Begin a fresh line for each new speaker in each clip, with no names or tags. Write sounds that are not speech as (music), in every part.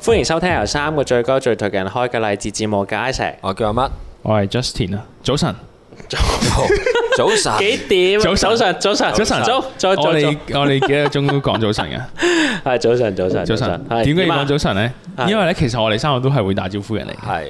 歡迎收聽由三個最高最頹嘅人開嘅勵志節目嘅 I 石。
我叫阿乜？
我係 Justin 啊，早晨，
(laughs) 早晨，
幾點？
早
早
晨
晨，早晨，
早晨
早早早
我
早
哋我哋幾多鐘都講早晨嘅，
係早晨， (laughs) 早晨，
早晨。
係
點解要
啊
講早晨咧？
係
因為咧，其實我哋三個都係會打招呼人嚟嘅，
係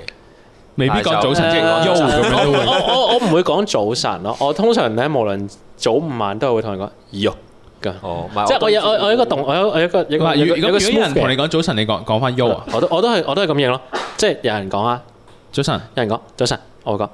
未必講早晨，即係
誒
yo 咁樣都
我
會。
我我我唔會講早晨咯，我通常咧無論早午晚都係會同人講
啊
肉㗎。
哦，唔係
即係我有我我有一個動，我有我有一個有一
唔
個
係，
有
如
一
如
個有一個
果如果有
smooth
人
嘅
同你講早晨，你講講翻 yo 啊，
我都我都係我都係咁樣咯，即係有人講啊
早晨。
有人講早晨，我會講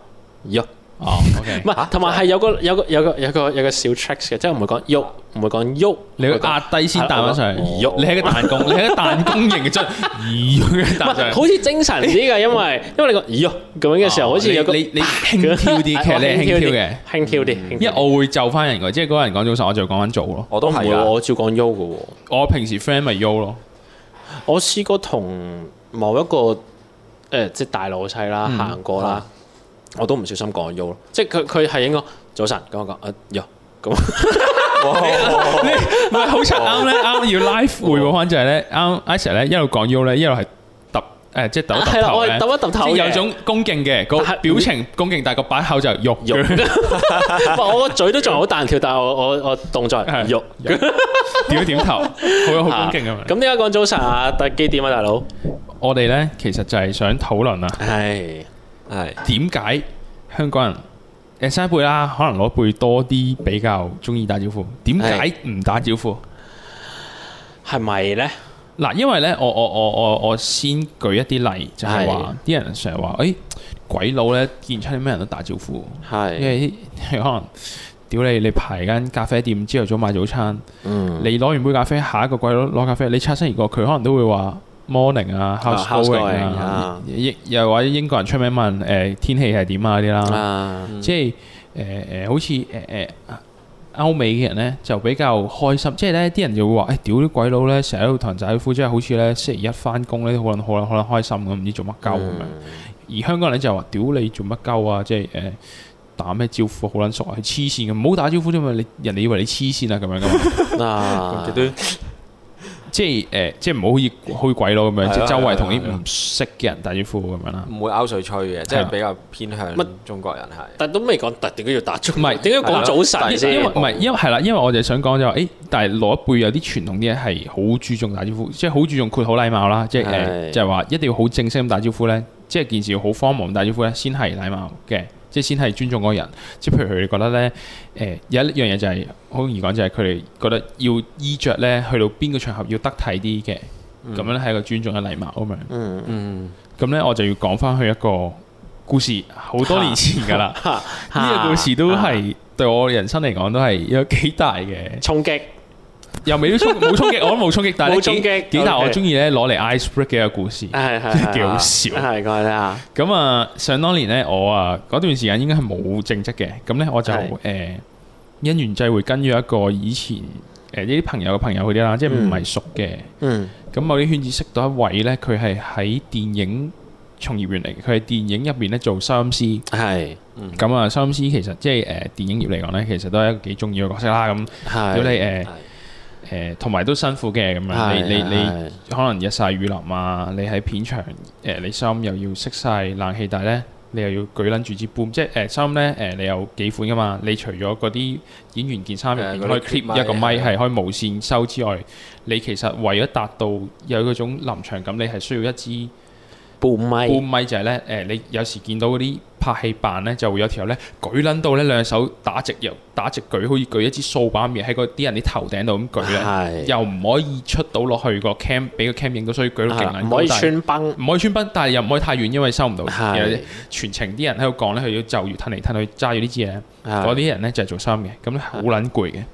喐，
哦，OK，
唔係同埋係有個有個有個有個有個小 tricks 嘅，即係唔會講喐，唔會講喐，
(laughs) 你
會
要
講啊哦
壓低先彈翻上去。
係我
你係一個
(laughs)
彈弓，你係一個彈弓型嘅樽，喐嘅
唔
彈上
係
去。
好似精神啲嘅，因
(laughs)
為因為你講喐咁樣嘅時候，好似有個
哦你你你輕佻啲，其實你係輕佻嘅，，
啊輕
嗯
佻啲，
因為我會就翻人嘅，即係嗰個人講早晨，我就講緊早咯。
我
我
都
唔
係
會喎，
啊，
我照講喐嘅喎。
我平時 friend 咪 yo 咯，
我試過同某一個誒、呃即係大老細啦
嗯
行過啦，我都唔小心講 U 咯，即係佢佢係應該早晨咁我講啊 U
(laughs)
咁，
哇
唔係好慘啱咧，啱要 live 回報翻就係咧，啱 Isaac 咧一路講 yo 咧，一路係揼誒，即係揼一
係
揼
啦，
頭
我係
咧，
揼一揼頭
即係
嘅
有種恭敬嘅個
但係
表情恭敬，但係個把口就係 (laughs)
肉，
喐。
唔係我個嘴都仲係好彈跳，但係我我我動作係
係
肉。
點一點頭，好有好恭敬咁
啊
樣。
咁點解講早晨啊？特幾點啊，大佬？
我哋咧其實就係想討論啊，
係
係
點解香港人誒新一輩啦，可能攞輩多啲比較中意打招呼，點解唔打招呼？
係咪咧？
嗱，因為咧，我我我我我先舉一啲例，就係話啲人成日話，誒鬼佬咧見出啲咩人都打招呼，因
係
為 (laughs) 可能屌你，你排間咖啡店朝頭早買早餐，
嗯
你攞完杯咖啡，下一個鬼佬攞咖啡，你擦身而過，佢可能都會話 morning 啊，house
house
going
Oh, going，
啊
啊，
亦又或者英國人出名問誒、呃天氣係點啊啲啦，
啊
嗯
即係誒誒好似誒誒。歐美嘅人咧就比較開心，即係咧啲人就會話：誒、哎屌啲鬼佬咧，成日喺度同人打招呼，即係好似咧星期一翻工咧，好撚好撚好撚開心咁，唔知做乜鳩咁樣。
嗯
而香港人就話：屌你做乜鳩啊！即係誒、呃打咩招呼好撚熟啊！佢黐線嘅，唔好打招呼啫嘛！你人哋以為你黐線啊咁樣
(laughs)
噶嘛，
啊
絕對
即係誒、呃即係唔好好似好似鬼佬咁樣，
係啊
即係周圍同啲
係啊係啊
唔識嘅人打招呼咁樣啦。
唔會勾水吹嘅，即
係啊
係比較偏向中國人係。
但都未講，但點解要打鐘？
唔係
點解講早晨
因
先？
為唔係因為係啦，因為我就想講就話，誒，但係老一輩有啲傳統啲嘢係好注重打招呼，即係好注重括好禮貌啦，即係
係
誒，就係話一定要好正式咁打招呼咧，即係件事要好荒謬咁打招呼咧，先係禮貌嘅，即係先係尊重嗰個人。即係譬如佢哋覺得咧，誒有一樣嘢就係好容易講，就係佢哋覺得要衣着咧，去到邊個場合要得體啲嘅，咁樣咧係一個尊重嘅禮貌咁樣。
嗯
嗯，
咁咧我就要講翻去一個故事，好多年前㗎啦。
呢
呢個故事
啊
都係對我人生嚟講都係有幾大嘅，
衝擊。
(laughs) 又未都衝冇衝擊，我都冇衝擊，但係
冇衝
呢幾
擊
幾大
OK 啊
我中意咧攞嚟 ice break 嘅一個故事。
係係係
幾好笑
係講嚟聽下。
咁啊，想當年咧，我啊嗰段時間應該係冇正職嘅，咁咧我就
係
誒因緣際會跟咗一個以前誒呢啲朋友嘅朋友嗰啲啦，即係唔係熟嘅。
嗯
咁某啲圈子識到一位咧，佢係喺電影從業員嚟嘅，佢喺電影入邊咧做收音師。
係
咁啊，收音師其實即係誒電影業嚟講咧，其實都係一個幾重要嘅角色啦。咁
係。
如果你誒誒，同埋都辛苦嘅咁樣，
係
你你你
係
可能日曬雨淋啊，你喺片場誒、你收音又要熄晒冷氣，但係咧你又要舉撚住支 boom，即係誒收音咧誒、你有幾款噶嘛？你除咗嗰啲演員件衫入
誒
邊
嗰啲
可以
clip
clip 一個咪
咪
係可以無線收之外，你其實為咗達到有嗰種臨場感，你係需要一支
半米
boom 咪，就係咧誒，你有時見到嗰啲拍戲扮咧，就會有條咧舉撚到咧兩手打直又打直舉，好似舉一支掃把咁嘅喺嗰啲人啲頭頂度咁舉咧。
係
又唔可以出到落去個 cam，俾個 cam 影到，所以舉到勁
係
難
唔可以穿崩。
唔可以穿崩，但係又唔可以太遠，因為收唔到。
係
全程啲人喺度講咧，佢要就住褪嚟褪去揸住呢支嘢咧，
係
嗰啲人咧就係做衫嘅，咁咧好撚攰嘅，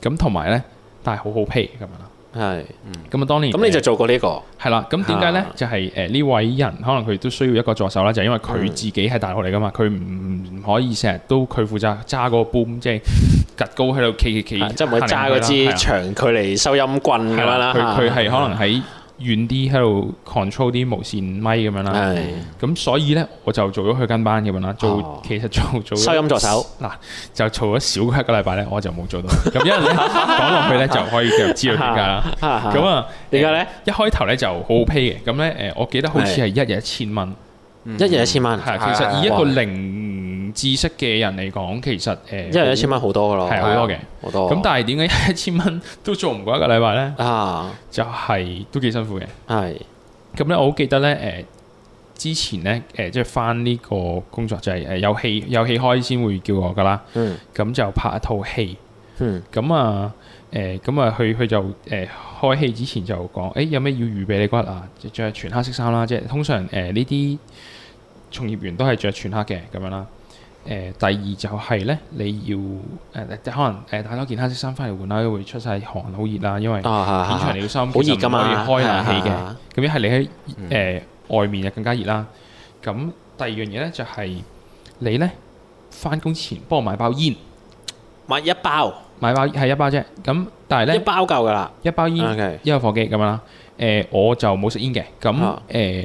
咁同埋咧，但係好好 pay 咁樣啦。
係
咁啊，當年
咁你就做過呢個
係啦，咁點解咧
啊？
就係誒呢位人可能佢都需要一個助手啦，就係因為佢
嗯
自己係大陸嚟噶嘛，佢唔唔可以成日都佢負責揸嗰個 boom，即係趌高喺度企企企，
啊係即係唔會揸嗰
行嚟行去啦係
支
啊
長距離收音棍咁
係
樣啦。啊
佢佢係可能喺遠啲喺度 control 啲無線咪咁樣啦。
係
咁所以呢，我就做咗佢跟班咁樣啦，做、
哦
其實做做咗
收音助手
嗱，就做咗少過一個禮拜呢，我就冇做到。咁因為呢，講落去呢，就可以繼續知道點解啦。咁
咁
啊，
點解呢？
一開頭呢就好好 pay 嘅，咁呢，誒，我記得好似係一日一千蚊。
一日一千蚊，
係，
係
其實以一
嗯哇
個零知識嘅人嚟講，其實誒
一日一千蚊好啊哦多噶咯，
係好多嘅。
好多。
咁但係點解一千蚊都做唔過一個禮拜咧？
但啊，
就係都幾辛苦嘅。
係
咁咧，我好記得咧誒，之前咧誒，即係翻呢個工作就係誒有戲有戲開先會叫我噶啦。
嗯
咁就拍一套戲，
嗯
咁啊誒，咁啊佢佢就誒開戲之前就講，誒有咩要預備你嗰日啊？就着全黑色衫啦，即係通常誒呢啲從業員都係着全黑嘅咁樣啦。誒、第二就係咧，你要誒、即係可能誒、帶多件黑色衫翻嚟換啦，因為會出晒汗，好熱啦，因為
啊啊
現場
啊
你要收音
好
機
熱
就
㗎
唔可以
嘛，
開冷氣
係
嘅。
啊
咁一係你喺誒、呃外面就更加熱啦。咁第二樣嘢咧就係、你咧翻工前幫我買包煙，
買一包
買包係一包啫。咁但係
一啊
咧
包夠噶啦
一包煙
，OK
一個火機咁樣啦。誒、我就冇食煙嘅。咁誒、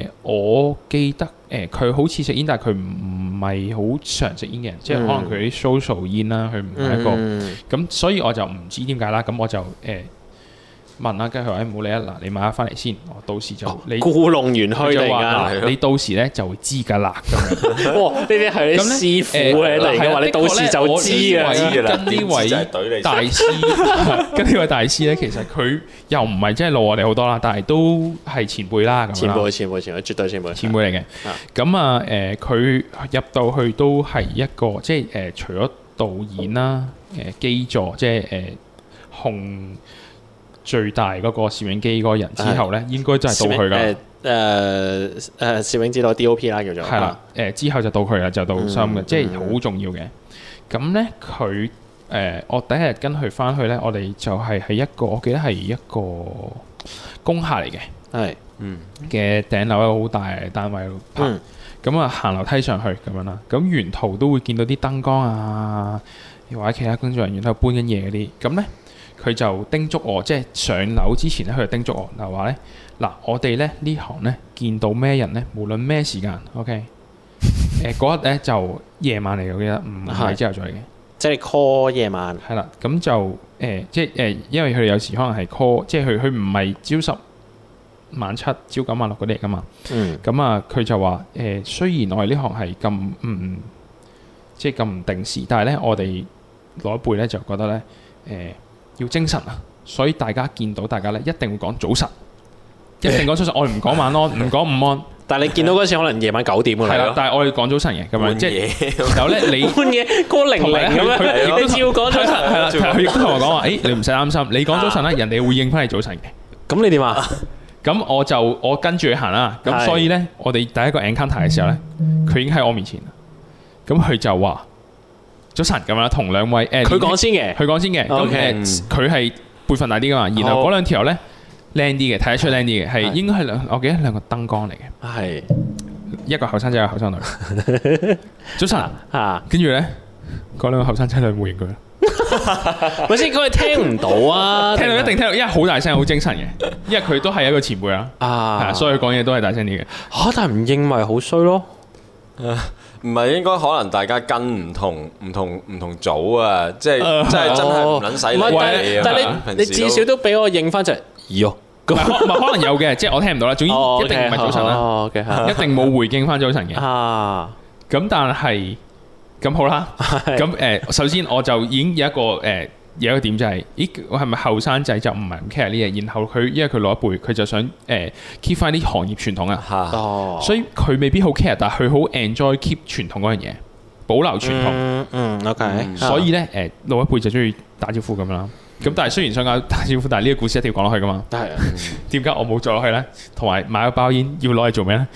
啊
我記得誒佢、好似食煙，但係佢唔係好常食煙嘅人，即係可能佢啲 social 煙啦，佢唔係一個。
嗯。
咁所以我就唔知點解啦，咁我就誒、呃、問啦，跟住佢話哎唔好理啦，嗱你買咗翻嚟先，我到時就、
哦
你
故弄玄虛
佢
突
就
然
話
間，
係咯
嗱你到時咧就會知㗎啦咁樣。
哇！呢啲係
咁
你師傅嚟
咧
嚟
誒
嘅話，
係
你到時就知
我
啊
呢位
知㗎啦
跟呢
點知就係
位
懟你
大師， (laughs) 跟呢位大師咧，其實佢又唔係真係老我哋好多啦，但係都係前輩啦咁樣
前
啦。
輩，前輩，前輩，絕對前輩，
前輩嚟嘅
啊。
咁啊誒，佢、入到去都係一個即係誒、除咗導演啦，誒、基座即係誒、控最大嗰個攝影機嗰個人之後
啊
咧，應該就係到佢噶啦。
誒誒誒，攝影指導 DOP 啦，叫做
係啦，誒、之後就到佢啦，就到心嘅，
啊嗯
即係好重要嘅。咁咧佢誒，我第一日跟佢翻去咧，我哋就係喺一個，我記得係一個工廈嚟嘅
係
嘅頂樓一個好大嘅單位度拍。
嗯
咁啊行樓梯上去咁樣啦，咁沿途都會見到啲燈光啊，或者其他工作人員喺度搬緊嘢嗰啲，咁呢，佢就叮囑我，即係上樓之前咧，佢就叮囑我，就話呢：「嗱我哋呢呢行呢，見到咩人呢？無論咩時間，OK，誒嗰日呢就夜晚嚟嘅，我記得唔係
係
朝頭早嚟嘅。
即係 call 夜晚
係啦，咁就誒、呃即係誒、呃因為佢哋有時可能係 call，即係佢佢唔係朝十晚七、朝九晚六嗰啲嚟噶嘛，
嗯
咁啊，佢就話誒、呃雖然我哋呢行係咁唔即係咁唔定時，但係咧我哋老一輩咧就覺得咧誒、呃要精神啊，所以大家見到大家咧一定會講早晨，一定講早晨，我哋唔講晚安，唔講午安，
但係你見到嗰時可能夜晚九點㗎
(laughs) 係啦
啦，，
但係我哋講早晨嘅咁樣，即係
係
有咧 (laughs) 你。
半夜 call 零
同
零
埋
咁
佢佢
樣，你照講
係
早晨，
啦係啦，佢亦都同我講話，誒，你唔使擔心，你講早晨啦，人哋會應翻你早晨嘅。
咁你點啊？
咁我就我跟住佢行啦。咁
係
所以呢，我哋第一個 encounter 嘅時候呢，佢已經喺我面前啦。咁佢就話早晨咁樣啦，同兩位誒，
佢
年
講先嘅
輕，佢講先嘅。咁
OK
誒，佢係輩分大啲噶嘛。然後
好
嗰兩條呢，靚啲嘅，睇得出靚啲嘅，係
係
應該係兩，我記得兩個燈光嚟嘅，
係
一個後生仔，一個後
(laughs)
生女。早晨，
嚇，
跟住呢，嗰兩個後生仔女冇應佢啦。
咪先佢係 (laughs) 聽唔到啊，
(laughs) 聽到一定聽到，因為好大聲，好精神嘅，因為佢都係一個前輩啦，係啊，
啊，
所以佢講嘢都係大聲啲嘅。
嚇，但係唔應咪好衰咯，
(laughs) 唔係應該可能大家跟唔同唔同唔同組啊，即係
誒
哦
即係真係唔撚使
唔係但
理
係
你
但
啊
係你你至少都俾我應翻就係，咦哦
(laughs) 唔係可唔係可能有嘅，即係我聽唔到啦。總之
哦
一定唔係早晨啦，嗯
o k
一定冇回敬翻早晨嘅。
啊，
咁但係咁好啦，
咁
咁誒首先我就已經有一個誒有一個點就係，咦我係咪後生仔就唔係咁 care 呢嘢？然後佢因為佢老一輩，佢就想誒 keep 翻啲行業傳統啊，
嚇
哦，
所
以
以佢未必好 care，但係佢好 enjoy keep 傳統嗰樣嘢，保留傳統。
嗯嗯 OK，
嗯
所以咧誒老一輩就中意打招呼咁樣啦。咁但係雖然想搞打招呼，但係呢個故事一定要講落去噶嘛。 (laughs)
係啊
點解我冇做落去咧？同埋買咗包煙要攞嚟做咩咧？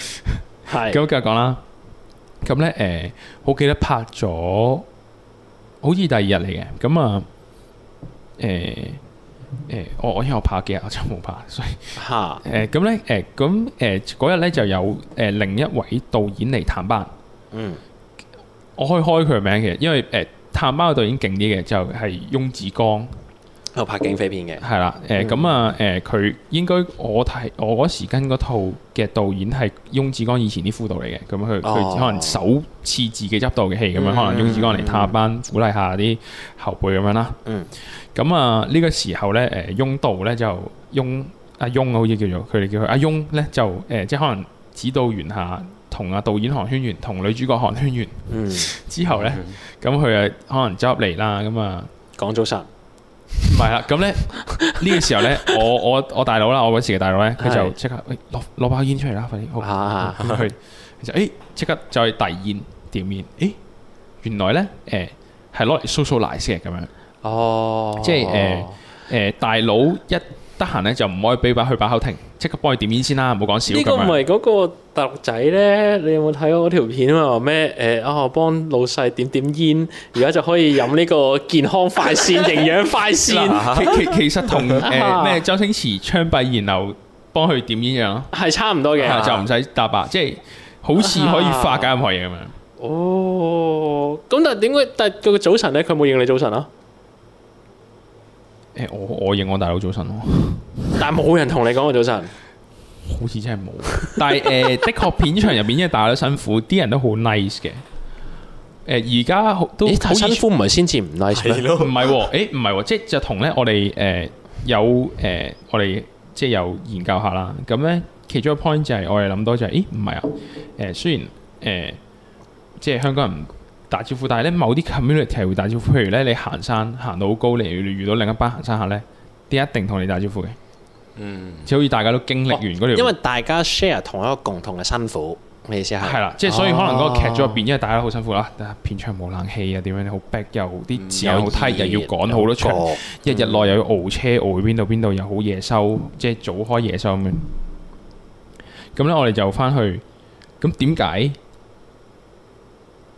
係
咁繼續講啦。咁咧誒，好記得拍咗，好似第二日嚟嘅。咁啊誒誒，我我因為我拍咗幾日，我就冇拍，所以。
嚇
誒咁咧誒咁誒嗰日咧就有誒、另一位導演嚟探班，
嗯，
我可以開佢嘅名嘅，因為誒、探班嘅導演勁啲嘅就係翁子光，
有拍警匪片嘅，
係啦，誒咁啊，誒佢應該我睇我嗰時跟嗰套嘅導演係翁志剛以前啲輔導嚟嘅，咁佢
哦
佢可能首次自己執導嘅戲咁樣，
嗯
可能翁志剛嚟
嗯
探班鼓勵下啲後輩咁樣啦。
嗯，
咁啊呢個時候咧，誒翁導咧就翁阿翁好似叫做佢哋叫佢阿翁咧就誒即係可能指導完下同阿導演韓圈完同女主角韓圈完
嗯，
之後咧，咁佢啊可能走入嚟啦，咁啊。
講早晨，
唔係啦，咁咧呢個時
(laughs)
候咧，我我我大佬啦，我嗰時嘅大佬咧，佢就
係
即刻喂攞攞包煙出嚟啦，快啲好，
啊，
咁佢
(laughs)
佢就誒即刻就去遞煙點煙，誒原來咧誒係攞嚟 socialize 嘅咁樣，
哦，
即係誒誒大佬一得閒咧就唔可以俾把佢把口停，即刻幫佢點煙先啦，唔好講少
呢個唔
咁樣。啊
係嗰個大陸仔咧，你有冇睇過嗰條片啊？話咩誒啊？我幫老細點點煙，而家就可以飲呢個健康快線、營養快線，
嗱其其其實同
(laughs)
誒咩周星馳槍斃然後幫佢點煙一樣咯，
係差唔多嘅
係，啊就唔使搭白，即係好似可以化解任何嘢咁樣。
哦。咁但係點解？但係佢個早晨咧，佢冇應你早晨啊？
誒我我認我大佬早晨咯。
但係冇人同你講過早晨。
好似真係冇，但係誒、呃的確片場入面因為大家都辛苦，啲人都好 nice 嘅。誒而家好都
咦？
好
但係辛苦唔係先至唔 nice 咩？
唔係喎，誒唔係喎，即係就同咧我哋誒、呃有誒、呃我哋即係有研究下啦。咁咧其中一個 point 就係我哋諗到就係、咦唔係啊？誒、雖然誒、呃即係香港人唔打招呼，但係咧某啲 community 係會打招呼。譬如咧你行山行到好高，你遇到另一班行山客咧，啲一定同你打招呼嘅，
嗯，
即係好似大家都經歷完嗰條路。
哦因為大家 share 同一個共同嘅辛苦，你意思啊係？
係啦，即係所以可能嗰個劇組入
哦
邊，因為大家都好辛苦啦，但係片場冇冷氣啊，點樣好逼，又啲字又
有
好梯，又要趕好多場，
角
一日內又要熬車，熬去邊度邊度，又好夜收，即係早開夜收咁樣。咁咧，我哋就翻去，咁點解？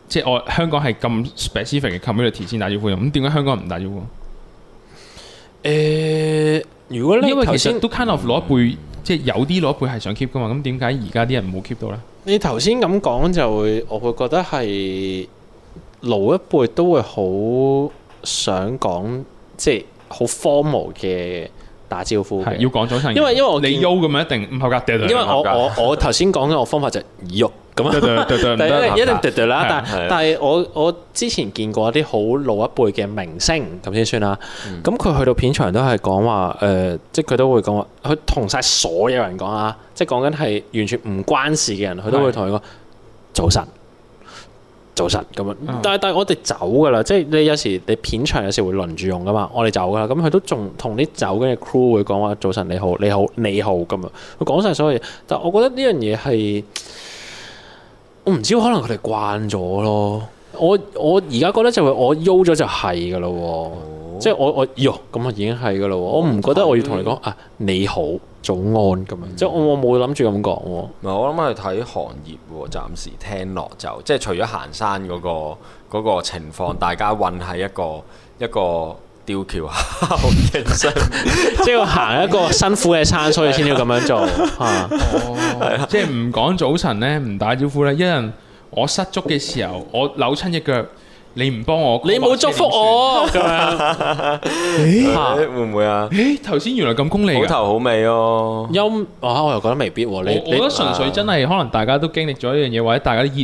即係我香港係咁 specific 嘅 community 先打招呼嘅，咁點解香港人唔打招呼？
誒，如果你
因為
頭
其
先嗯
實都 kind of 攞一輩，即係有啲攞一輩係想 keep 噶嘛，咁點解而家啲人冇 keep 到咧？
你頭先咁講就會，我會覺得係老一輩都會好想講，即係好 formal 嘅打招呼嘅
係要講早晨嘅，
因為因為我
你
見
U 咁樣一定唔合格啊掉掉
因為我
合格
我我頭先講嘅我方法就係喐咁
對
啊。
對對對，唔
但
得
係一定一定
合格
嘟嘟啦，
係
但
啊
係
係
啊
但係我我之前見過一啲好老一輩嘅明星咁先算啦。咁佢去到片場都係講話誒，即係佢都會講話，佢同晒所有人講啊，即係講緊係完全唔關事嘅人，佢都會
係
同佢講早晨。早晨咁樣
嗯，
但係但係我哋走噶啦，即係你有時你片場有時會輪住用噶嘛，我哋走噶啦，咁佢都仲同啲走緊嘅 crew 會講話早晨你好，你好你好咁樣，佢講晒所有嘢，但我覺得呢樣嘢係我唔知，可能佢哋慣咗咯。我我而家覺得就係我喐咗就係噶咯喎，即係我我喐咁啊我已經係噶咯喎，哦我唔覺得我要同你講啊你好早安咁樣，即係我我冇諗住咁講喎。 (laughs)
唔係我諗係睇行業喎，暫時聽落就即係除咗行山嗰、個嗰、個情況，大家混喺一個一個吊橋下嘅身，
即係要行一個辛苦嘅山，所以先要咁樣 (laughs) 做嚇。
即係唔講早晨咧，唔打招呼咧，一人我失足嘅時候，我扭親只腳，你唔幫我，
你冇祝福我咁樣 (laughs)
誒
嚇，
(laughs) 會唔會啊？
誒頭先原來咁功利
好
㗎。
頭好尾哦咯、
因啊我又覺得未必
我
喎。你啊
我覺得
你
純粹真係可能大家都經歷咗一樣嘢，或者大家都熱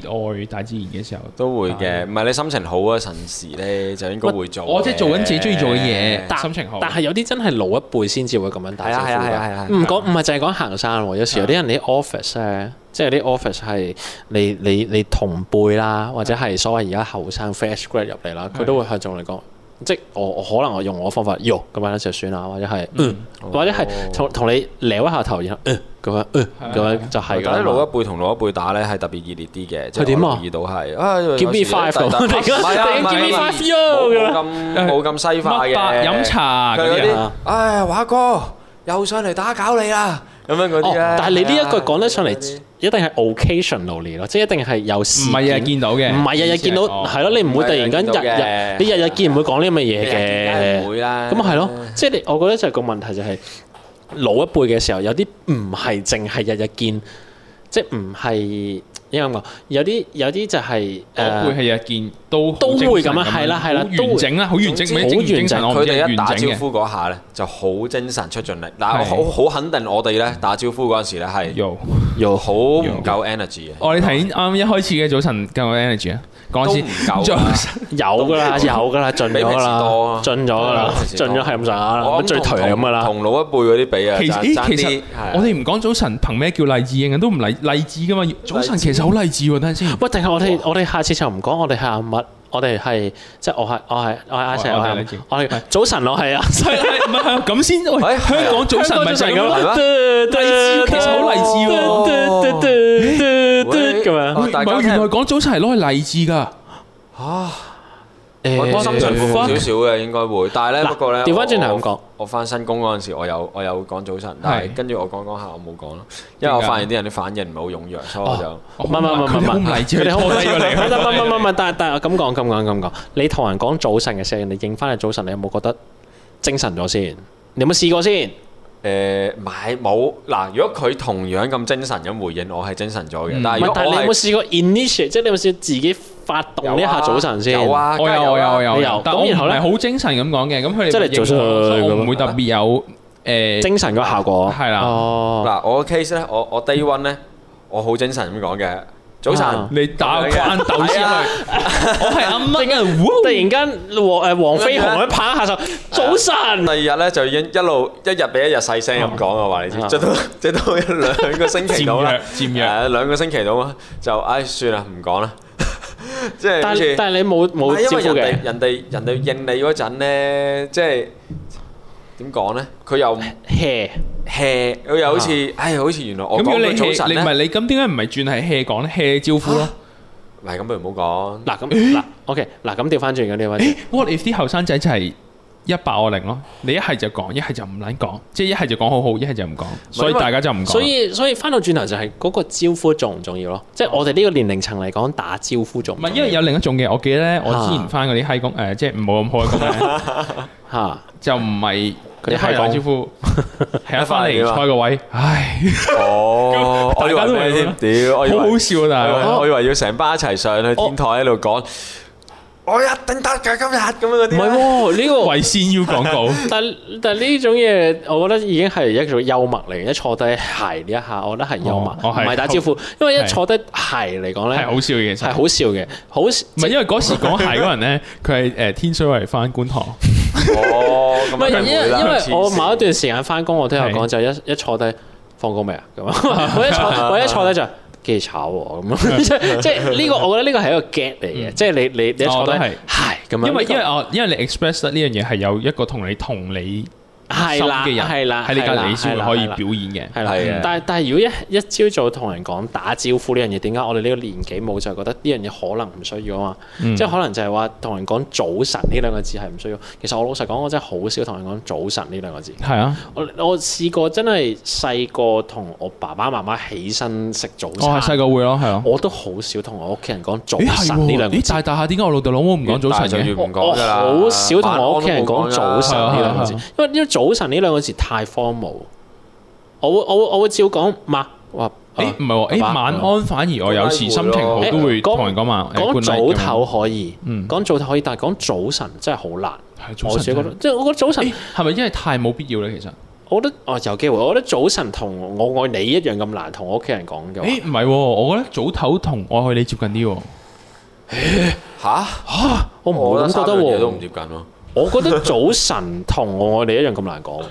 愛大自然嘅時候，
都會嘅，唔係你心情好嗰陣時咧，就應該會做嘅。
我即係做緊自己中意做嘅嘢
但
心情好
但係有啲真係老一輩先至會咁樣打
係
招
啊
呼
係啊係啊
㗎。
係啊！嗯
唔講唔係就係講行山喎，有時有
啊
啲人你 office 咧，即係啲 office 係你你你同輩啦，或者係所謂而家後生 fresh grad 入嚟啦，
嗯
佢都會向眾嚟講，即係我我可能我用我方法，喐咁樣就算啦，或者係嗯，或者
哦
係同同你撩一下頭，然後嗯咁樣嗯
係啊
咁
係
樣
啊
就係㗎
但
啦
係老一
嘛。
輩同老一輩打咧係特別熱烈啲嘅，即係
佢點啊
我留意到係啊有
Give me
時呢
five
大大
咁
唔係啊
你
唔係
give me
唔係
five yo
冇
咁樣
咁冇咁西化嘅
乜 (laughs) 白飲茶
佢
嗰
嗰
啲
啊
啲，唉華哥又上嚟打攪你啦，咁樣嗰啲
哦，
咧。
但係你呢一句講得
係啊
上嚟，一定係 occasionally 咯，即係一定係有事
唔係日日
件
見到嘅，
唔係日日見到，
哦
係咯，你唔會突然間
唔
日
係日日見到嘅
日，你日日見唔會講呢咁嘅嘢
日日
嘅
見唔。會啦。
咁啊係咯，即係你，我覺得就係個問題就係老一輩嘅時候，有啲唔係淨係日日見，即係唔係應該咁講，有啲有啲就係呃
我
誒
會係日見都好
都會咁啊
精神
係啦係啦
好完整啦，好完整，
總之
唔係精唔精神
好
我唔
佢
知係
哋一打
完
招
整嘅。
呼嗰下咧，就好精神出盡力。但係
係
我好好肯定，我哋咧打招呼嗰陣時咧係
有，
又
好唔夠 energy 嘅，
我哋頭先啱啱一開始嘅早晨夠唔夠 energy 啊？
都
講
唔
先， (laughs)
夠啊。
有噶啦，有噶啦，盡咗噶
比平時多啊
啦，盡咗噶啦
比，平時
盡
多
咗係咁上下啦，
我
乜
諗
最
同
頹係咁噶啦。
同老一輩嗰啲比啊，
其實
爭爭
咦，其
啲
實
係
我哋唔講早晨，憑咩叫勵志嘅？都唔勵勵志噶嘛？早晨其實好勵志喎，等陣先。
喂，定係我哋我哋下次就唔講我哋係阿乜，我哋係即係我係我係我係阿石，
我
我
我
係
係
阿麥
你知
我係早晨，我係阿石。
(laughs) 唔係咁先，喂，
哎
香港早晨咪就係咁
係
咯。
咩
勵
勵志其實好勵志喎
喎，咁樣。
哦
唔
大家
係，
聽
原來講早晨係攞嚟勵志㗎。
啊，我
誒
心情
服
好少
fuck
少嘅應該會，但係咧
嗱
不過咧，
調返轉頭
我
咁講，
我翻新工嗰陣時，我有我有講早晨，但係
係
跟住我講講下我冇講啦，因為
點
我
解
發現啲人啲反應唔係好踴躍，所以我就
唔係唔係唔係唔
佢哋好唔
係
勵志，
佢哋好唔
拖低咗你。
唔係唔係唔係，但係但係我咁講咁講咁講，你同人講早晨嘅時候，人哋應翻你早晨，你有冇覺得精神咗先？你有冇試過先？
誒買冇嗱。如果佢同樣咁精神咁回應，我係精神咗嘅。
嗯
但
唔係
係如，
但
果
係你
我
有冇
係
試過 initiate，即係你有冇試過自己發動呢一下早晨先？
有啊，
我
梗
有
係
我有我
啦
你有
有，但
咁
我唔
然後呢
係好精神咁講嘅，咁佢哋
即係你
會認
做
我所以我
咁
唔會特別有誒
精神個效果
係啦
哦，
嗱，我 case 咧，我我 day one 咧，我好精神咁講嘅，早晨
啊。
你打個關鬥先
係啊
去，我係阿啊
突
乜
然間，突然間黃誒黃飛鴻一拍一下手，早晨
啊
第。二日咧就已經一路一日比一日細聲咁講嘅話，你知，
啊
直到直到一兩個星期到啦，
漸弱漸
誒
弱
兩個星期到啦，就唉算啦，唔講啦，即係好
但
似
但係你冇冇
唔係因
招
為
呼嘅
人哋，人哋人哋應你嗰陣咧，即係點講咧？佢又
hea
hea，佢又好似唉，好似原來我
咁如
講
果你
句
hea-
早晨
你
咧
唔，係你咁點解唔係轉係 hea 講咧 hea 招呼啦
唔係咁，不如唔好講。
嗱咁嗱 OK 嗱咁調翻轉嘅調翻轉，
？What if 啲後生仔就係一百我零咯？你一係就講，一係就唔撚講，即係一係就講好好，一係就唔講，所以
因為
大家就唔講。
所以所以翻到轉頭就係嗰個招呼重唔重要咯？即係我哋呢個年齡層嚟講，打招呼重
唔
唔
係
重
因為
要？
有另一種嘅，我記得咧，我之前翻嗰啲閪工誒，即係唔好咁
(laughs)
開工咧。
嚇
就唔係
佢哋
一
派
係
工
打招呼，係一翻嚟坐個位，
(laughs)
唉，
哦，我以
大
為
家都
咩
明
添？屌，我以
好
為
好。笑啊！但
我以為-
係
我以為要成班一齊上去天台喺度講，我一定得㗎，今日，咁樣嗰啲咧。
唔係喎呢個。
(laughs) 為先要廣告，
但但呢種嘢，我覺得已經係一種幽默嚟嘅。一坐低鞋呢一下，我覺得係幽默，
哦哦
唔
係
係打招呼。因為一坐低鞋嚟講
係
咧，
好笑嘅其
係
實。
好笑嘅，好唔
唔係因為嗰時講鞋嗰
(laughs)
人咧，佢係誒天水圍翻觀塘，
哦，咁啊，
係因為
梗係會啦，
因為
黐線。
我某一段時間翻工，我都有講
係
就一一坐低放工未啊咁啊，我一坐我一坐低就。跟住炒我咁，啊即係即係呢個，我覺得呢個係一個 get 嚟嘅，即係你你你一坐低
我都係
係咁樣，
因為因為
為
我因為你 express 得呢樣嘢係有一個同你同理
係
心
啦
嘅人
係啦，
喺你隔
係啦
離你先會可以
係啦
表演嘅。
係啦
係啊，
但係但係如果一一朝早同人講打招呼呢樣嘢，點解我哋呢個年紀冇就係覺得呢樣嘢可能唔需要啊嘛？
嗯
即係可能就係話同人講早晨呢兩個字係唔需要。其實我老實講，我真係好少同人講早晨呢兩個字。
係啊，
我我試過真係細個同我爸爸媽媽起身食早
我係哦細
餐，
個會咯，係咯。
我都好少同我屋企人講早
咦係
晨呢
喎
兩個
咦
字。
大大下點解我老豆老母唔講
我我
大
早晨嘅？
就要唔講㗎啦，
好少同我屋企人講早晨呢兩個字
係啊，
因為因為早晨呢兩個字太荒謬。我會我會我會照講嘛，話啊
誒唔係喎，
爸
誒
爸
晚安反而我有時心情好都會同人講晚誒
講
good night
早
咁樣
唞可以，
嗯
講早唞可以，但係講早晨真係好難。
係
我
早
自己
晨
覺得，即係我覺得早晨，
係咪因為太冇必要咧？其實，
我覺得哦有機會，我覺得早晨同我愛你一樣咁難，同我屋企人講嘅話。
誒唔係喎，我覺得早唞同我愛你接近啲喎。
嚇？
我唔會咁覺得喎，
我覺得三樣嘢都唔接近咯。
我覺得早晨同我愛你一樣咁難講。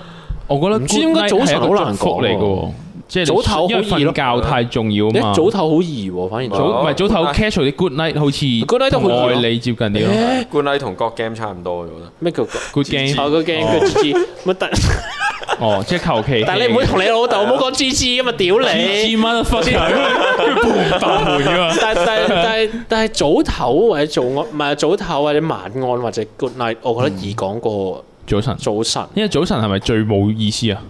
我覺得
唔知點解
good night
早晨好難
係一個祝福嚟嘅喎，即係你
早唞好易咯
因為瞓覺太重要啊
你
嘛。
早唞好易喎，反而
早
早
唔係早唞 casual 啲 good night 好似
Good night 都好易咯
同愛你接近啲咯。
誒
Good night同God game差唔多嘅，我覺得。
咩叫
Good
我
game
個 game 叫 G G，乜但
哦，即係求其。
但你唔好同你老豆唔好講 G G 咁啊！屌你！
千蚊分佢半大門啊㗎嘛。
但但但但係早唞或者早安，唔係早唞或者晚安或者 good night，我
嗯
覺得易講過
早晨，
早晨。
因為早晨係咪最冇意思啊？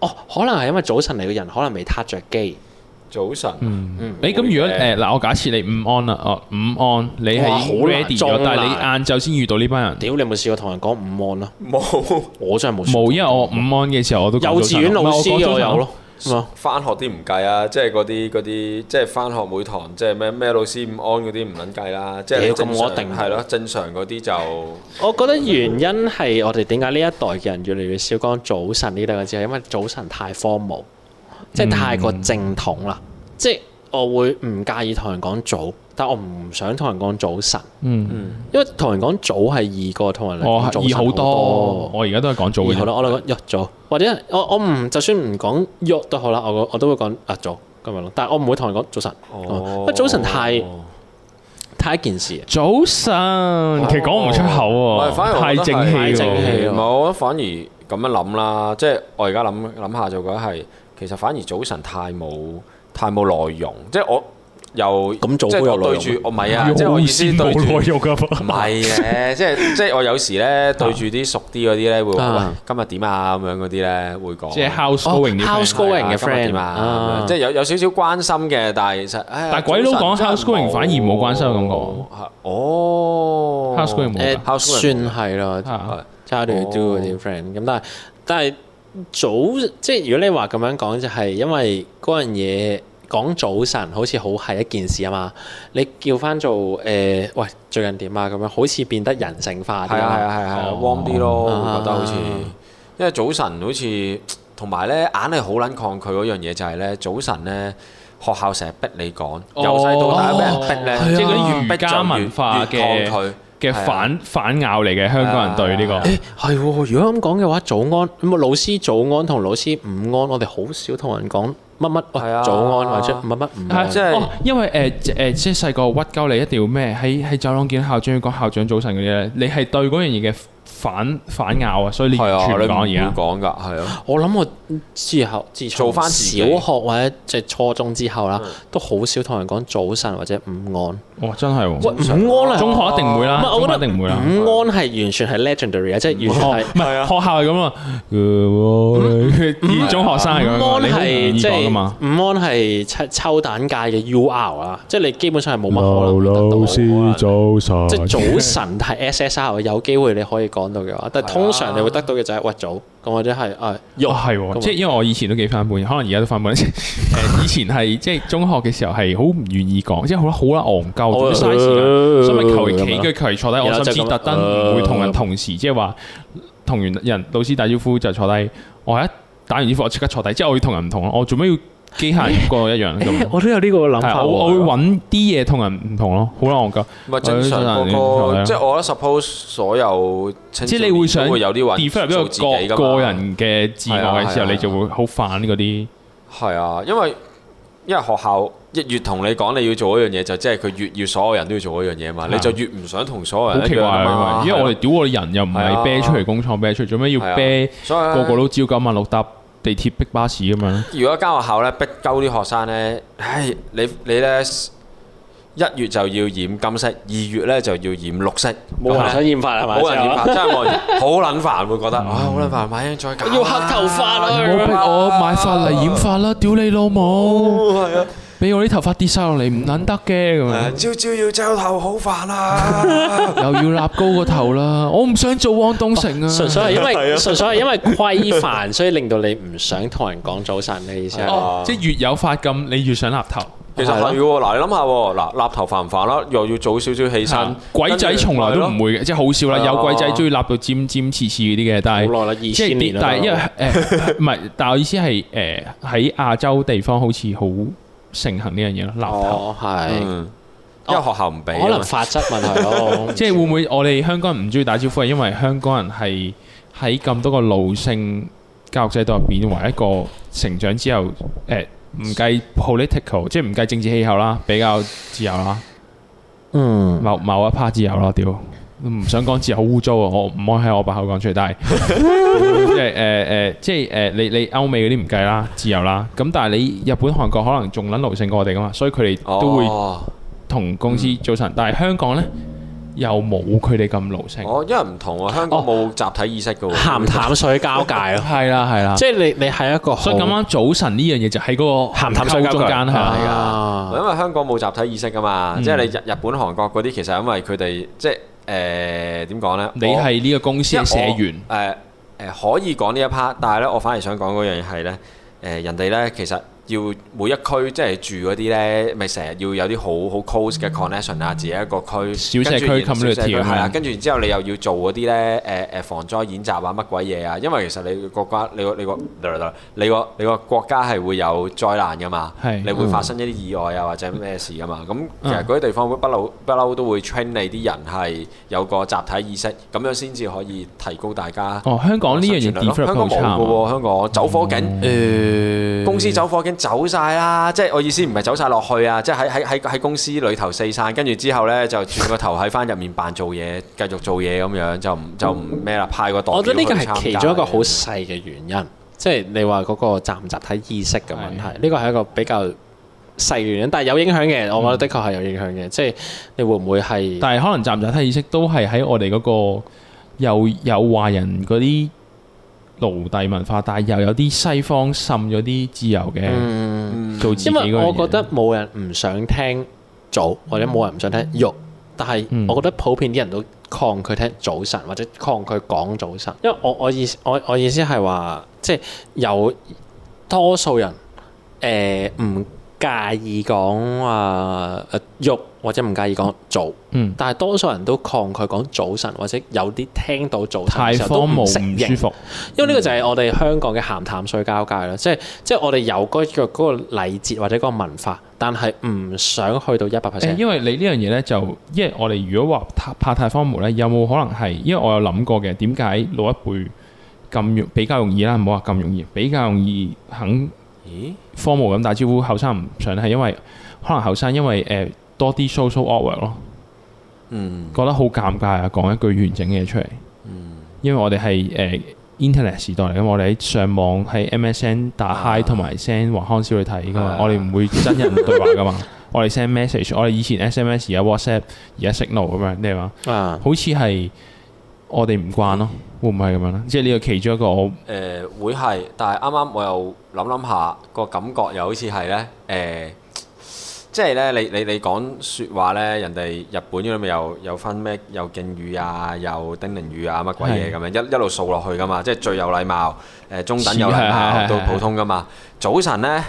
哦，可能係因為早晨你個人可能未撻着機，
早晨。
誒咁如果誒嗱，我假設你午安啦，哦午安，你係
哇好難
ready
撞
咗，但係你
難
晏晝先遇到呢班人。
屌你有冇試過同人講午安咯？啊
冇。
我真係冇試過。
冇，因為我午安嘅時候我都講
幼
早
稚
晨啊
園老
唔係
師
講早
我
晨
有咯，咁啊
翻學啲唔計啊，即係嗰啲嗰啲，即係翻學每堂即係咩咩老師午安嗰啲唔撚計啦，即係
屌
正
咁我
常
一定
係咯，正常嗰啲就
我覺得原因係我哋點解呢一代嘅人越嚟越少講早晨呢兩個字，係因為早晨太荒謬，即係太過正統啦。即係我會唔介意同人講早，但我唔想同人講早晨，
嗯，
因為同人講早係易過同人
我
講嗯早
易
晨
好
好
多
多，。
我而家都係講做嘅
好
啫。
啦，我哋講約咗，或者我我唔就算唔講約都好啦，我我都會講啊早咁樣咯，但係我唔會同人講早晨，
哦
因為啊早晨太太一件事啊。
早晨，嗯其實講唔出口
哦唔係反
喎，
而我
太
覺得
正
係
氣
太正氣
喎。
喎
唔係，我覺得反而咁樣諗啦，即係我而家諗諗下就覺得係，其實反而早晨太冇太冇內容，即係我又
咁早
即係
都有
我對
內容
住我唔係
(laughs)
啊，即係我意思對
冇
住 (laughs)
內。容㗎
唔係嘅，即係即係我有時咧對住啲熟啲嗰啲咧會話喂
啊
今日點啊咁樣嗰啲咧會講，
即係 house going 啲 friend
house going 嘅 friend
今日點啊
啊，
即係有有少少關心嘅，但係其實唉
但係鬼佬
早
講
晨
house going 反而冇關心嘅感覺
係哦
house going
誒
冇㗎
，house going
算係啦，
啊
差啲 do 嗰
Oh.
啲 friend 咁，但係但係早即係如果你話咁樣講，就係因為嗰樣嘢講早晨好似好係一件事啊嘛，你叫翻做誒、呃喂最近點啊咁樣，好似變得人性化啲
係啊係
啊，
啊係啊
哦
，warm 啲咯，
啊
會覺得好似，因為早晨好似同埋咧，硬係好撚抗拒嗰樣嘢就係咧，早晨咧學校成日逼你講，
哦
由細到大都俾人逼
哦係啊
咧，即係嗰啲越
儒
逼
家
就越
文化嘅
越抗拒。
嘅
係啊
反反咬嚟嘅香港人對呢個
係。
誒係喎，如果咁講嘅話，早安咁啊，老師早安同老師午安，我哋好少同人講乜乜喂
係啊
早安或者乜乜午
係
安
即。係
哦，因為誒誒、即係細個屈鳩你一定要咩喺喺走廊見到校長要講校長早晨嗰啲咧，你係對嗰樣嘢嘅反反咬啊，所以你
係啊，
全
你
部
唔
講而家
會。講㗎，係啊，
我諗我之後自從
做返自己嗯
小學或者即係初中之後啦，都好少同人講早晨或者午安。
哇，真係
喂，
喎！
午安啊！
中學一定唔會啦，
唔係我
中
覺
學
得
一定唔會啦。
午安係完全係 legendary 啊，即係完全
哦
係。
唔係學校係咁啊，以中學生係咁
午
樣，
安
你好唔
係
願意
即
講
係
噶嘛？
午安係抽抽蛋界嘅 UR 啊，即係你基本上係冇乜可能得到。
早晨
即係早晨係 SSR，有機會你可以講到嘅話，但係通常你會得到嘅就係喂早，咁或者係誒
哦，係喎，即係因為我以前都幾翻本，可能而家都翻本。 (laughs) 誒，以前係即係中學嘅時候係好唔願意講，即係好啦好啦戇
哦
鳩，嘥時間。
呃
(laughs) 所以咪求其企佢求其坐低，
然
我
後
甚至
就咁
特登唔會同人同時，即係話同完人老師打招呼就坐低，我哦一打完招呼我即刻坐低，即係我要同人唔同咯，我做咩要機械人個一樣咁？
我都有呢個諗
係
法
啊
喎。
我我會揾啲嘢同人唔同咯，好難我夠
唔係正常
係啊
嗰
正常係啊
個，即係我覺得 suppose 所有青
即係
少
你會
年
想
都會有啲話
defer
做自己
入一個
㗎
個個
嘛
人嘅自我嘅
係
時
啊係
候，
啊
你就會好反嗰啲。
係啊，因為因為學校一越同你講你要做嗰樣嘢，就即係佢越要所有人都要做嗰樣嘢嘛，
係啊
你就越唔想同所有
好
人一
奇
樣
怪
啊
啊
嘛。！
因為我哋
係
屌我哋人又唔
係
係
啊
啤出嚟工廠啤出嚟，做咩
係
要
啊
啤
啊所以
個個都朝九晚六搭地鐵逼巴士咁樣？
如果間學校咧逼鳩啲學生咧，唉，你你咧一月就要染金色，二月咧就要染綠色，
冇人
咁
想
呢
染髮係咪？嗯
冇人染髮，真係冇
(laughs)
人染，好撚煩會覺得，啊好撚煩，買英再搞，
要黑頭髮啊！
唔
咁
好
樣
逼我買髮嚟染髮啦！屌你老母！
哦，係啊，
俾我啲頭髮跌晒落嚟唔撚得嘅咁
誒
樣，
朝朝要焦頭，好
(laughs)
煩啊！
又要立高個頭啦！我唔想做汪東
(laughs)
城啊！
純粹係因
(laughs)
為純粹係因為規範，所以令到你唔想同人講早晨嘅意思係。
哦，即係越有髮禁，你越想立頭。
其實係喎，嗱你諗下喎，嗱立頭煩唔煩啦？又要早少少起身，
啊
鬼仔從來都唔會嘅，即係好少啦。
係啊
有鬼仔中意立到尖尖刺刺嗰啲嘅，但
好耐
係
啦，二
即
千
係
年
啲，
啦。
但係因為誒 (laughs) 唔係，但係我意思係誒喺亞洲地方好似好盛行呢樣嘢咯，立頭。
哦係，哦
嗯，因為學校唔俾啊嘛，
可能法則問題咯。
(laughs) 即係會唔會我哋香港人唔中意打招呼，係因為香港人係喺咁多個奴性教育制度入邊，為一個成長之後，誒、唔計 political，即係唔計政治氣候啦，比較自由啦，
嗯，
某某一 part 自由啦，屌，唔想講自由好污糟啊！我唔可以喺我把口講出嚟，但係 (laughs) 即係誒誒，即係誒、你你歐美嗰啲唔計啦，自由啦，咁但係你日本、韓國可能仲撚奴性過我哋噶嘛，所以佢哋都會。
哦
同公司早晨，但係香港呢，又冇佢哋咁勞性。
哦，因為唔同喎，香港冇集體意識嘅喎，
鹹淡水交界咯，
係啦係啦，
即係你你係一個
所以咁啱早晨呢樣嘢就喺嗰個
鹹淡水交界
中間係
係
啦，
啊
(laughs) 因為香港冇集體意識噶
嗯
嘛，即係你日日本、韓國嗰啲，其實因為佢哋即係誒點講咧？
你係呢個公司嘅社員，
誒誒可以講呢一 part，但係咧，我反而想講嗰樣嘢係咧，誒、誒人哋咧，其實要每一區即係住嗰啲咧，咪成日要有啲好好 close 嘅 connection 啊，自己一個區
嗯小社區
跟住然小
community
社區
咁樣
係啊，跟住然之後你又要做嗰啲咧誒誒防災演習啊乜鬼嘢啊，因為其實你個國家你個你個你個你個國家係會有災難噶嘛，
係嗯
你會發生一啲意外啊或者咩事噶嘛，咁其實嗰啲地方不嬲不嬲都會 train 你啲人係有個集體意識，咁樣先至可以提高大家。
哦，香港呢樣嘢
生存率咯香
develop 好
港冇
差
嘅
喎。
啊
喎，香
嗯
港走火警。公司走火警走晒啦，即係我意思唔係走晒落去啊，即係喺喺喺喺公司裏頭四散，跟住之後咧就轉個頭喺翻入面扮做嘢，繼續做嘢咁樣就唔就唔咩啦，派個代表
我覺得呢個
去
係
參加
其中一個好細嘅原因，即係你話嗰個集唔集 E 體意識嘅問題，呢個係一個比較細嘅原因，但係有影響嘅，我覺得的確係有影響嘅，即係你會唔會係？
但係可能集唔集體意識都係喺我哋嗰個又有華人嗰啲奴隸文化，但係又有啲西方滲咗啲自由嘅、做自己
因
嗰樣
為
嘢
我覺得冇人唔想聽早，或者冇人唔想聽肉，但係
嗯
我覺得普遍啲人都抗拒聽早晨，或者抗拒講早晨。因為我我意思我我意思係話，即係有多數人誒唔、介意講話誒肉，或者唔介意講早，
嗯
但係多數人都抗拒講早晨，或者有啲聽到早晨
太
嘅時候都
荒
唔
謬
承
唔
認
舒。服。
因為呢個就係我哋香港嘅鹹淡水交界啦，即係即係我哋有嗰、個嗰、個禮節或者嗰個文化，但係唔想去到一百
誒
percent。
因為你呢樣嘢咧，就因為我哋如果話拍拍太荒謬咧，有冇可能係？因為我有諗過嘅，點解老一輩咁容比較容易啦，唔好話咁容易，比較容易肯
咦
荒謬咁打招呼，後生唔想咧，係因為可能後生因為誒、多啲 social awkward 咯。
嗯
覺得好尷尬啊！講一句完整嘅嘢出嚟，因為我哋係誒 Internet 時代嚟噶嘛，我哋喺上網喺 MSN 打
啊
hi 同埋 send 華康少女睇噶嘛
啊，
我哋唔會真人對話噶嘛， (laughs) 我哋 send message，我哋以前 SMS 而家 WhatsApp 而家 Signal 咁樣，你係嘛？
啊，
好似係我哋唔慣咯，會唔會係咁樣咧？即係呢個其中一個我
誒、會係，但係啱啱我又諗諗下個感覺又好似係咧誒。即係咧，你你你講説話咧，人哋日本嗰度咪有有分咩又敬語啊，又丁寧語啊，乜鬼嘢咁樣一一路數落去噶嘛，即係最有禮貌，誒、中等有
(laughs)
禮
是係係
貌
係
到普通噶嘛。早晨咧，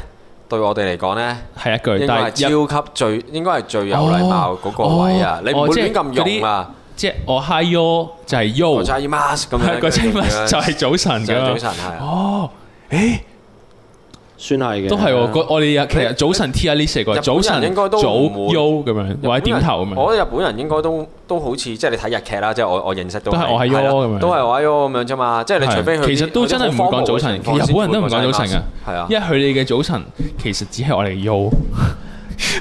對我哋嚟講咧，
係一句，
應
但
該
係入
係超級最應該係最有禮貌嗰個位啊
哦！
你唔
哦
會
即係
亂咁用啊，
即係我 hi yo 就係
我
yo，
就係 mask 咁樣，
(laughs) 個稱呼
跟住
就係早晨
就係早
㗎。
晨係啊。
哦，誒。
算係嘅。
都係 (laughs) 喎，個我哋其實早晨 T 啊呢四
日本
個，
人
早晨
應該都唔
早
會
U 咁樣，或者點頭咁樣，
我覺得日本人應該都都好似即係你睇日劇啦，即係我我認識到
都係我係 yo
啦
咁樣
都係我係 yo 咁樣啫嘛。即係你除非佢
係其實都真係唔會講早晨其實日本人都唔講早晨
㗎。係啊，
因為佢哋嘅早晨其實只係我哋嘅 U。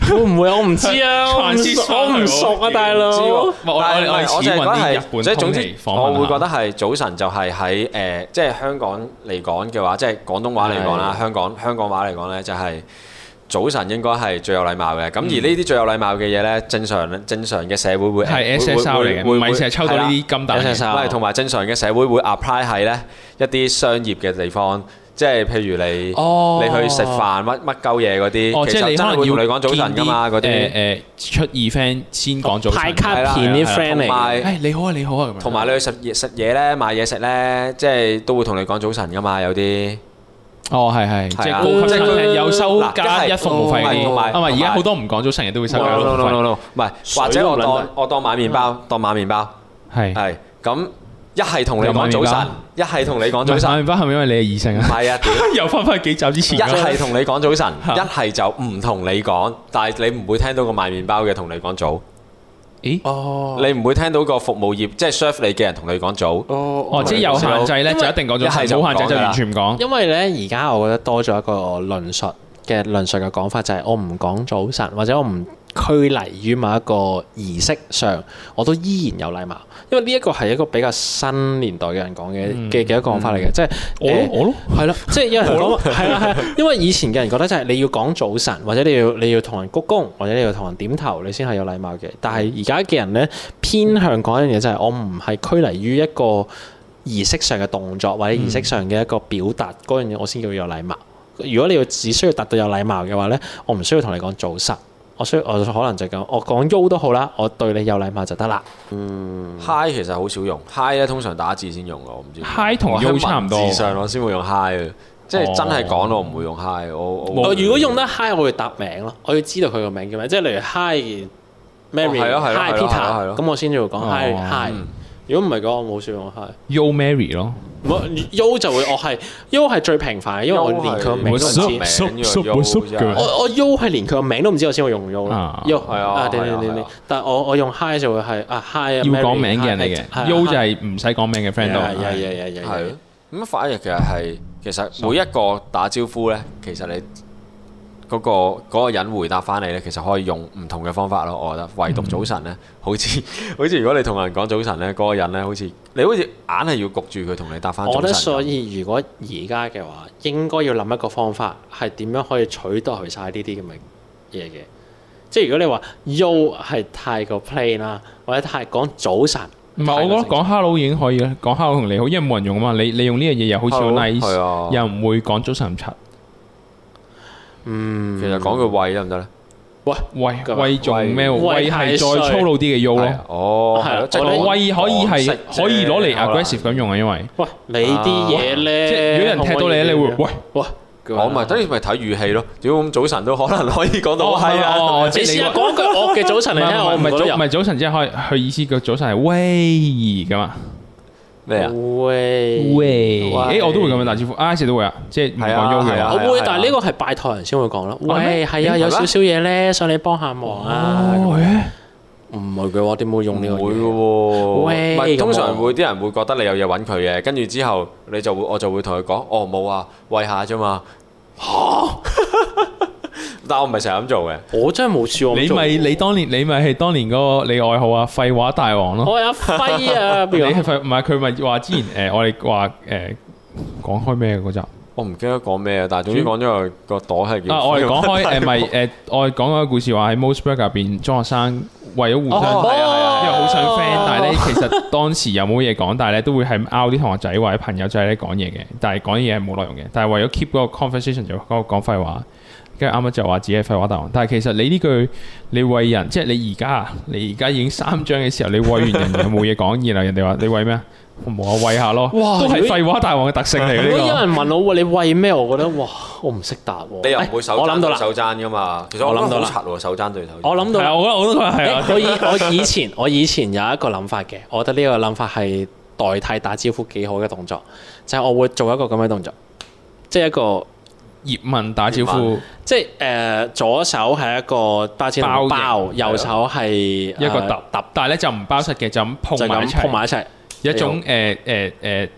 會唔會？我唔知啊，我唔
Transition
我唔熟啊，大佬
知。喎
唔係我
但係
我我係
我
似
就係覺
搵啲
得
日本
係，即係總
通
之
嚟，訪問
我
下
會覺得係早晨就係喺誒，即係香港嚟講嘅話，即係廣東話嚟講啦，香港香港話嚟講咧就係。早晨應該係最有禮貌嘅，咁而呢啲最有禮貌嘅嘢咧，正常正常嘅社會會
係
會
SSR
會
嚟嘅，
會
唔係成日抽到呢
係啦
啲金蛋嘅。
SSR
唔係，同埋正常嘅社會會 apply 喺咧一啲商業嘅地方，即係譬如你、
哦
你去食飯乜乜鳩嘢嗰啲，
哦，
其
即
實
係你
真
可
係
能
會
要
同你講早晨噶嘛嗰
誒
啲，
誒出 event 先講早晨。
派卡
係啦
片
係
啲
啦
friend 嚟
同
嘅。
埋
誒你好啊你好啊咁樣。
同埋你去食嘢食嘢咧買嘢食咧，即係都會同你講早晨噶嘛有啲。
哦係係，即
係
係
啊
高級餐廳有收
嗱
加
一
一
係
服務費嗰
哦
啲
同埋
啊嘛，而
同
家
埋
好多唔講早晨嘅都會收加一
no
服
no
務
no
費。
no，唔係或者我
水都唔撚
當我當買麵包，當買麵包
係。
係咁一係同你講
又
早
買麵包
晨，一係同你講
早
早
晨，
晨，
麵包係咪因為你係異性
唔
啊？
係啊
(laughs)
屌！
又翻返幾集之前
一
嗰個。
係同你講早晨，
嚇
一係就唔同你講，但係你唔會聽到個賣麵包嘅同你講早，
咦？
哦
你唔會聽到個服務業即係 serve 你嘅人同你講早。
哦
哦，即係有限制咧，
因為
就一定講
一係
咗
就
冇限
唔講
制就
㗎啦
完全唔講。
因為咧，而家我覺得多咗一個論述嘅論述嘅講法，就係我唔講早晨，或者我唔拘泥於某一個儀式上，我都依然有禮貌。因為呢一個係一個比較新年代嘅人講嘅嘅嘅一個講法嚟嘅，即係誒
嗯我咯，
係啦， (laughs) 即係有人講係啦係啦，因為以前嘅人覺得就係你要講早晨，或者你要你要同人鞠躬，或者你要同人點頭，你先係有禮貌嘅。但係而家嘅人咧，偏向講一樣嘢就係我唔係拘泥於一個儀式上嘅動作或者儀式上嘅一個表達嗰樣嘢，我先叫有禮貌。如果你要只需要達到有禮貌嘅話咧，我唔需要同你講早晨。我需我可能就咁，我講 U 都好啦，我對你有禮貌就得啦。
Hi 其實好少用，Hi 咧通常打字先用嘅，我唔知點解。
Hi 同
我喺
Yo 差唔多
文字上我先會用 Hi 嘅，即係真係講到唔會用 hi，我我
我哦如果用得 hi，我會答名咯，我要知道佢個名叫咩，即係例如 hi
哦係啊咯係咯
Mary，hi
係咯係嗯咯
Peter，咁我先至會講 hi
哦
hi。如果唔係嘅話，我冇少用 hi。
，You Mary 咯，
唔係 U 就會我係 U 係最平凡嘅，因為我連佢個名都唔
我
知。我我 U 係連佢個名都唔知，我先會用 U 咯
啊。
U
係啊
點點點
係
點
啊，
但係我我用 hi 就會係啊 hi
要
啊 Mary，
講名嘅人
hi，
嚟
係啊
嘅，U 就
hi
係唔使講名嘅 friend
係啊係啊
度，
係啊係啊係啊
係咁反而其實係其實每一個打招呼咧，其實你嗰、個嗰個人回答翻你咧，其實可以用唔同嘅方法咯。我覺得唯獨早晨咧，好似好似如果你同人講早晨咧，嗰、個人咧好似你好似硬係要焗住佢同你答翻
我
早
覺得
晨。
所以如果而家嘅話，應該要諗一個方法係點樣可以取代晒呢啲咁嘅嘢嘅。即係如果你話 U 係太過 plain 啦，或者太講早晨，
唔係我覺得講 hello 已經可以啦，講 hello 同你好，因為冇人用啊嘛，你你用呢樣嘢又好似好
Hello，係
nice，
啊
又唔會講早晨唔柒，
嗯，
其實講句喂得唔得咧？
喂
咁啊
喂仲咩？
喂
喂係再
太衰
粗魯啲嘅 U
係
咯
啊，哦，
係啊
係咯，即係
我覺得
講
喂可以
講
係
識啫
可以攞嚟
可能
aggressive 咁用啊，因為。
喂你啲嘢
即係
咧，
如果有人踢到你，你會喂
喂，
我咪等於咪睇語氣咯。屌咁早晨都可能可以講到係啊。
哦哦
你
即係
試
你
下
話
講句惡嘅早晨
唔
嚟聽，
係
我
唔
唔
係
覺得
早
有
唔係早晨，即係可以佢意思個早晨係威噶嘛？
咩啊？
喂
喂
喂
誒我都會咁樣打招呼，I 時都會啊，即係唔
係啊
講喐
係
嘅
啊
話
我
係
會，但係呢個係拜託人先會講咯。
係咩
喂，係啊，
嗯
有
係咩
少少嘢咧，想你幫下忙啊。
哦誒
唔係嘅話，點會用呢個
唔會
嘢？
嘅
喂
喎，唔
咁
係通
我
常會啲人會覺得你有嘢揾佢嘅，跟住之後你就會我就會同佢講，哦冇啊，喂下啫嘛， (laughs) 嚇！但我唔係成日咁做嘅，
我真係冇試過咁
你
做。
咪你當年你咪係當年嗰個你愛好啊，廢話大王咯。
我有輝
(laughs)
啊，
你
邊
係
個？
廢唔係佢咪話之前誒我哋話誒講開咩嗰集啊？
我唔記得講咩啊，但係總之講咗個個袋係叫
我哋講開誒咪誒我哋講嗰個故事話喺 Most Burger 入邊，中學生為咗互相。
哦 (laughs) 係啊係啊
因為好想 friend，但係咧其實當時又冇嘢講，但係咧都會係 out 啲同學仔或者朋友仔咧講嘢嘅，但係講嘢係冇內容嘅，但係為咗 keep 嗰個 conversation 就嗰個講廢話，跟住啱啱就話自己係廢話大王，但係其實你呢句你為人，即係你而家啊，你而家已經三張嘅時候，你為完人哋冇嘢講，然後人哋話你為咩啊？我冇啊，為下咯，
哇
都係
如果
廢話大王嘅特性嚟嘅
如果有
呢
人問我喂你喂咩，我覺得哇，我唔識答喎。
你又唔
哎
會手
我
踭
諗到
對
啦，
手踭噶嘛？其實
我
我
諗到
諗到
啦
啦，手踭對手踭。
我諗
個，
到
係
啦
啊，。我覺得我都覺得係
誒
啊，
我以我以前我以前有一個諗法嘅，我覺得呢個諗法係代替打招呼幾好嘅動作，就係我會做一個咁嘅動作，即係一個。
葉問打招
葉
呼
即係誒、呃左手係一個包錢包，
包
包右手係一
一個揼揼，但係咧就唔包實嘅，就咁
就
碰埋一
咁
齊
碰。埋一齊。
有一種呃誒誒誒，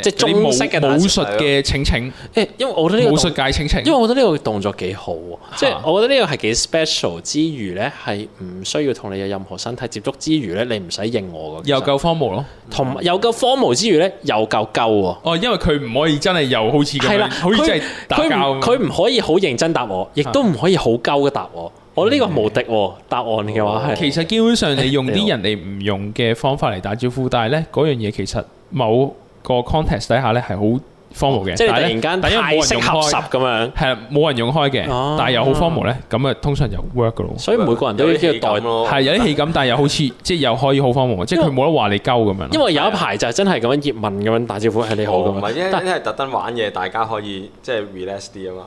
即係中式嘅
呃嗰啲武
打
武
字
術嘅請請，
誒，因為我覺得呢
武
個
術
動，
界請請，
因為我覺得呢個動作幾好喎。即係
嚇
我覺得呢個係幾 special 之餘咧，係唔需要同你有任何身體接觸之餘咧，你唔使應我嘅。其實
又夠荒謬咯。
同埋又夠 formal 之餘咧，又夠鳩喎。
哦，因為佢唔可以真係又好似咁
係啦
樣，，好似真係打
佢
交
唔
咁。
佢唔可以好認真答我，亦都唔可以好鳩嘅答我。我覺得呢個無敵喎，答案嘅話係。
哦其實基本上你用
你好
啲人哋唔用嘅方法嚟打招呼，但係咧嗰樣嘢其實某個 context 底下咧係好荒謬嘅。
哦即係
但係
你突然
呢
間
但因為
太
冇人
適
用
合十
開，
咁樣。
係啦，冇人用開嘅，
哦
但係又好荒謬咧，咁啊通常就 work 噶咯。
所以每個人都要
有啲氣
代
感咯，
係有啲氣感，但係又好似即係又可以好荒謬，即係佢冇得話你鳩咁樣
因
咯。
為有一排就係真係咁樣葉問咁樣打招呼係你好
哦
咁
唔係
樣，
因
但
因為特登玩嘢，大家可以即係 relax 啲啊嘛。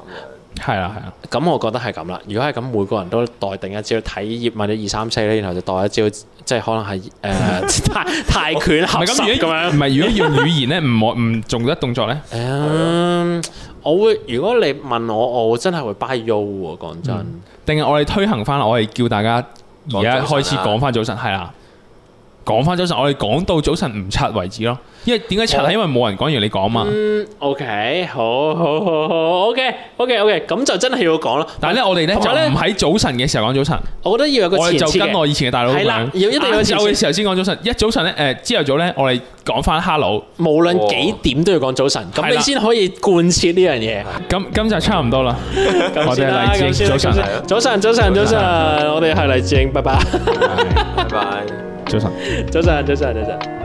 係啦，係啦。
咁我覺得係咁啦。如果係咁，每個人都代定一招睇葉問嘅二三四咧，然後就代一招，即係可能係誒、呃泰泰拳
唔
合
係
十
咁，
咁
如果
樣
唔。係如果用語言咧，唔可唔做得動作咧，
嗯，我會如果你問我，我真係會 buy you 喎。講真，
定係我哋推行翻，我哋叫大家而家開始
à.
講翻早晨，係啦，講翻早晨，我哋講到早晨唔刷為止咯。因為點解刷係因為冇人講完你講嘛。
嗯，OK，好好好好，OK，OK，OK，咁就真係要講啦。
但係咧，我哋咧就
同埋呢
唔喺早晨嘅時候講早晨，
我覺得要有個
我
前
哋
設
就跟我
嘅，
以前嘅大佬
係啦
咁樣
要一定要有
晏晝
前
嘅
設
時候先講早晨，一早晨咧誒朝頭早咧，我哋講翻 hello。
無論幾點都要講早晨，咁
係
你
啦
先可以貫徹呢樣嘢。
咁今集差唔多啦，
(laughs) 咁
我
先
哋
啦，
係
咁
黎智
先啦
英，早晨，
早晨，早晨，早晨，我哋係黎智英，拜拜，
拜拜。
早晨。
早晨，早晨，早晨。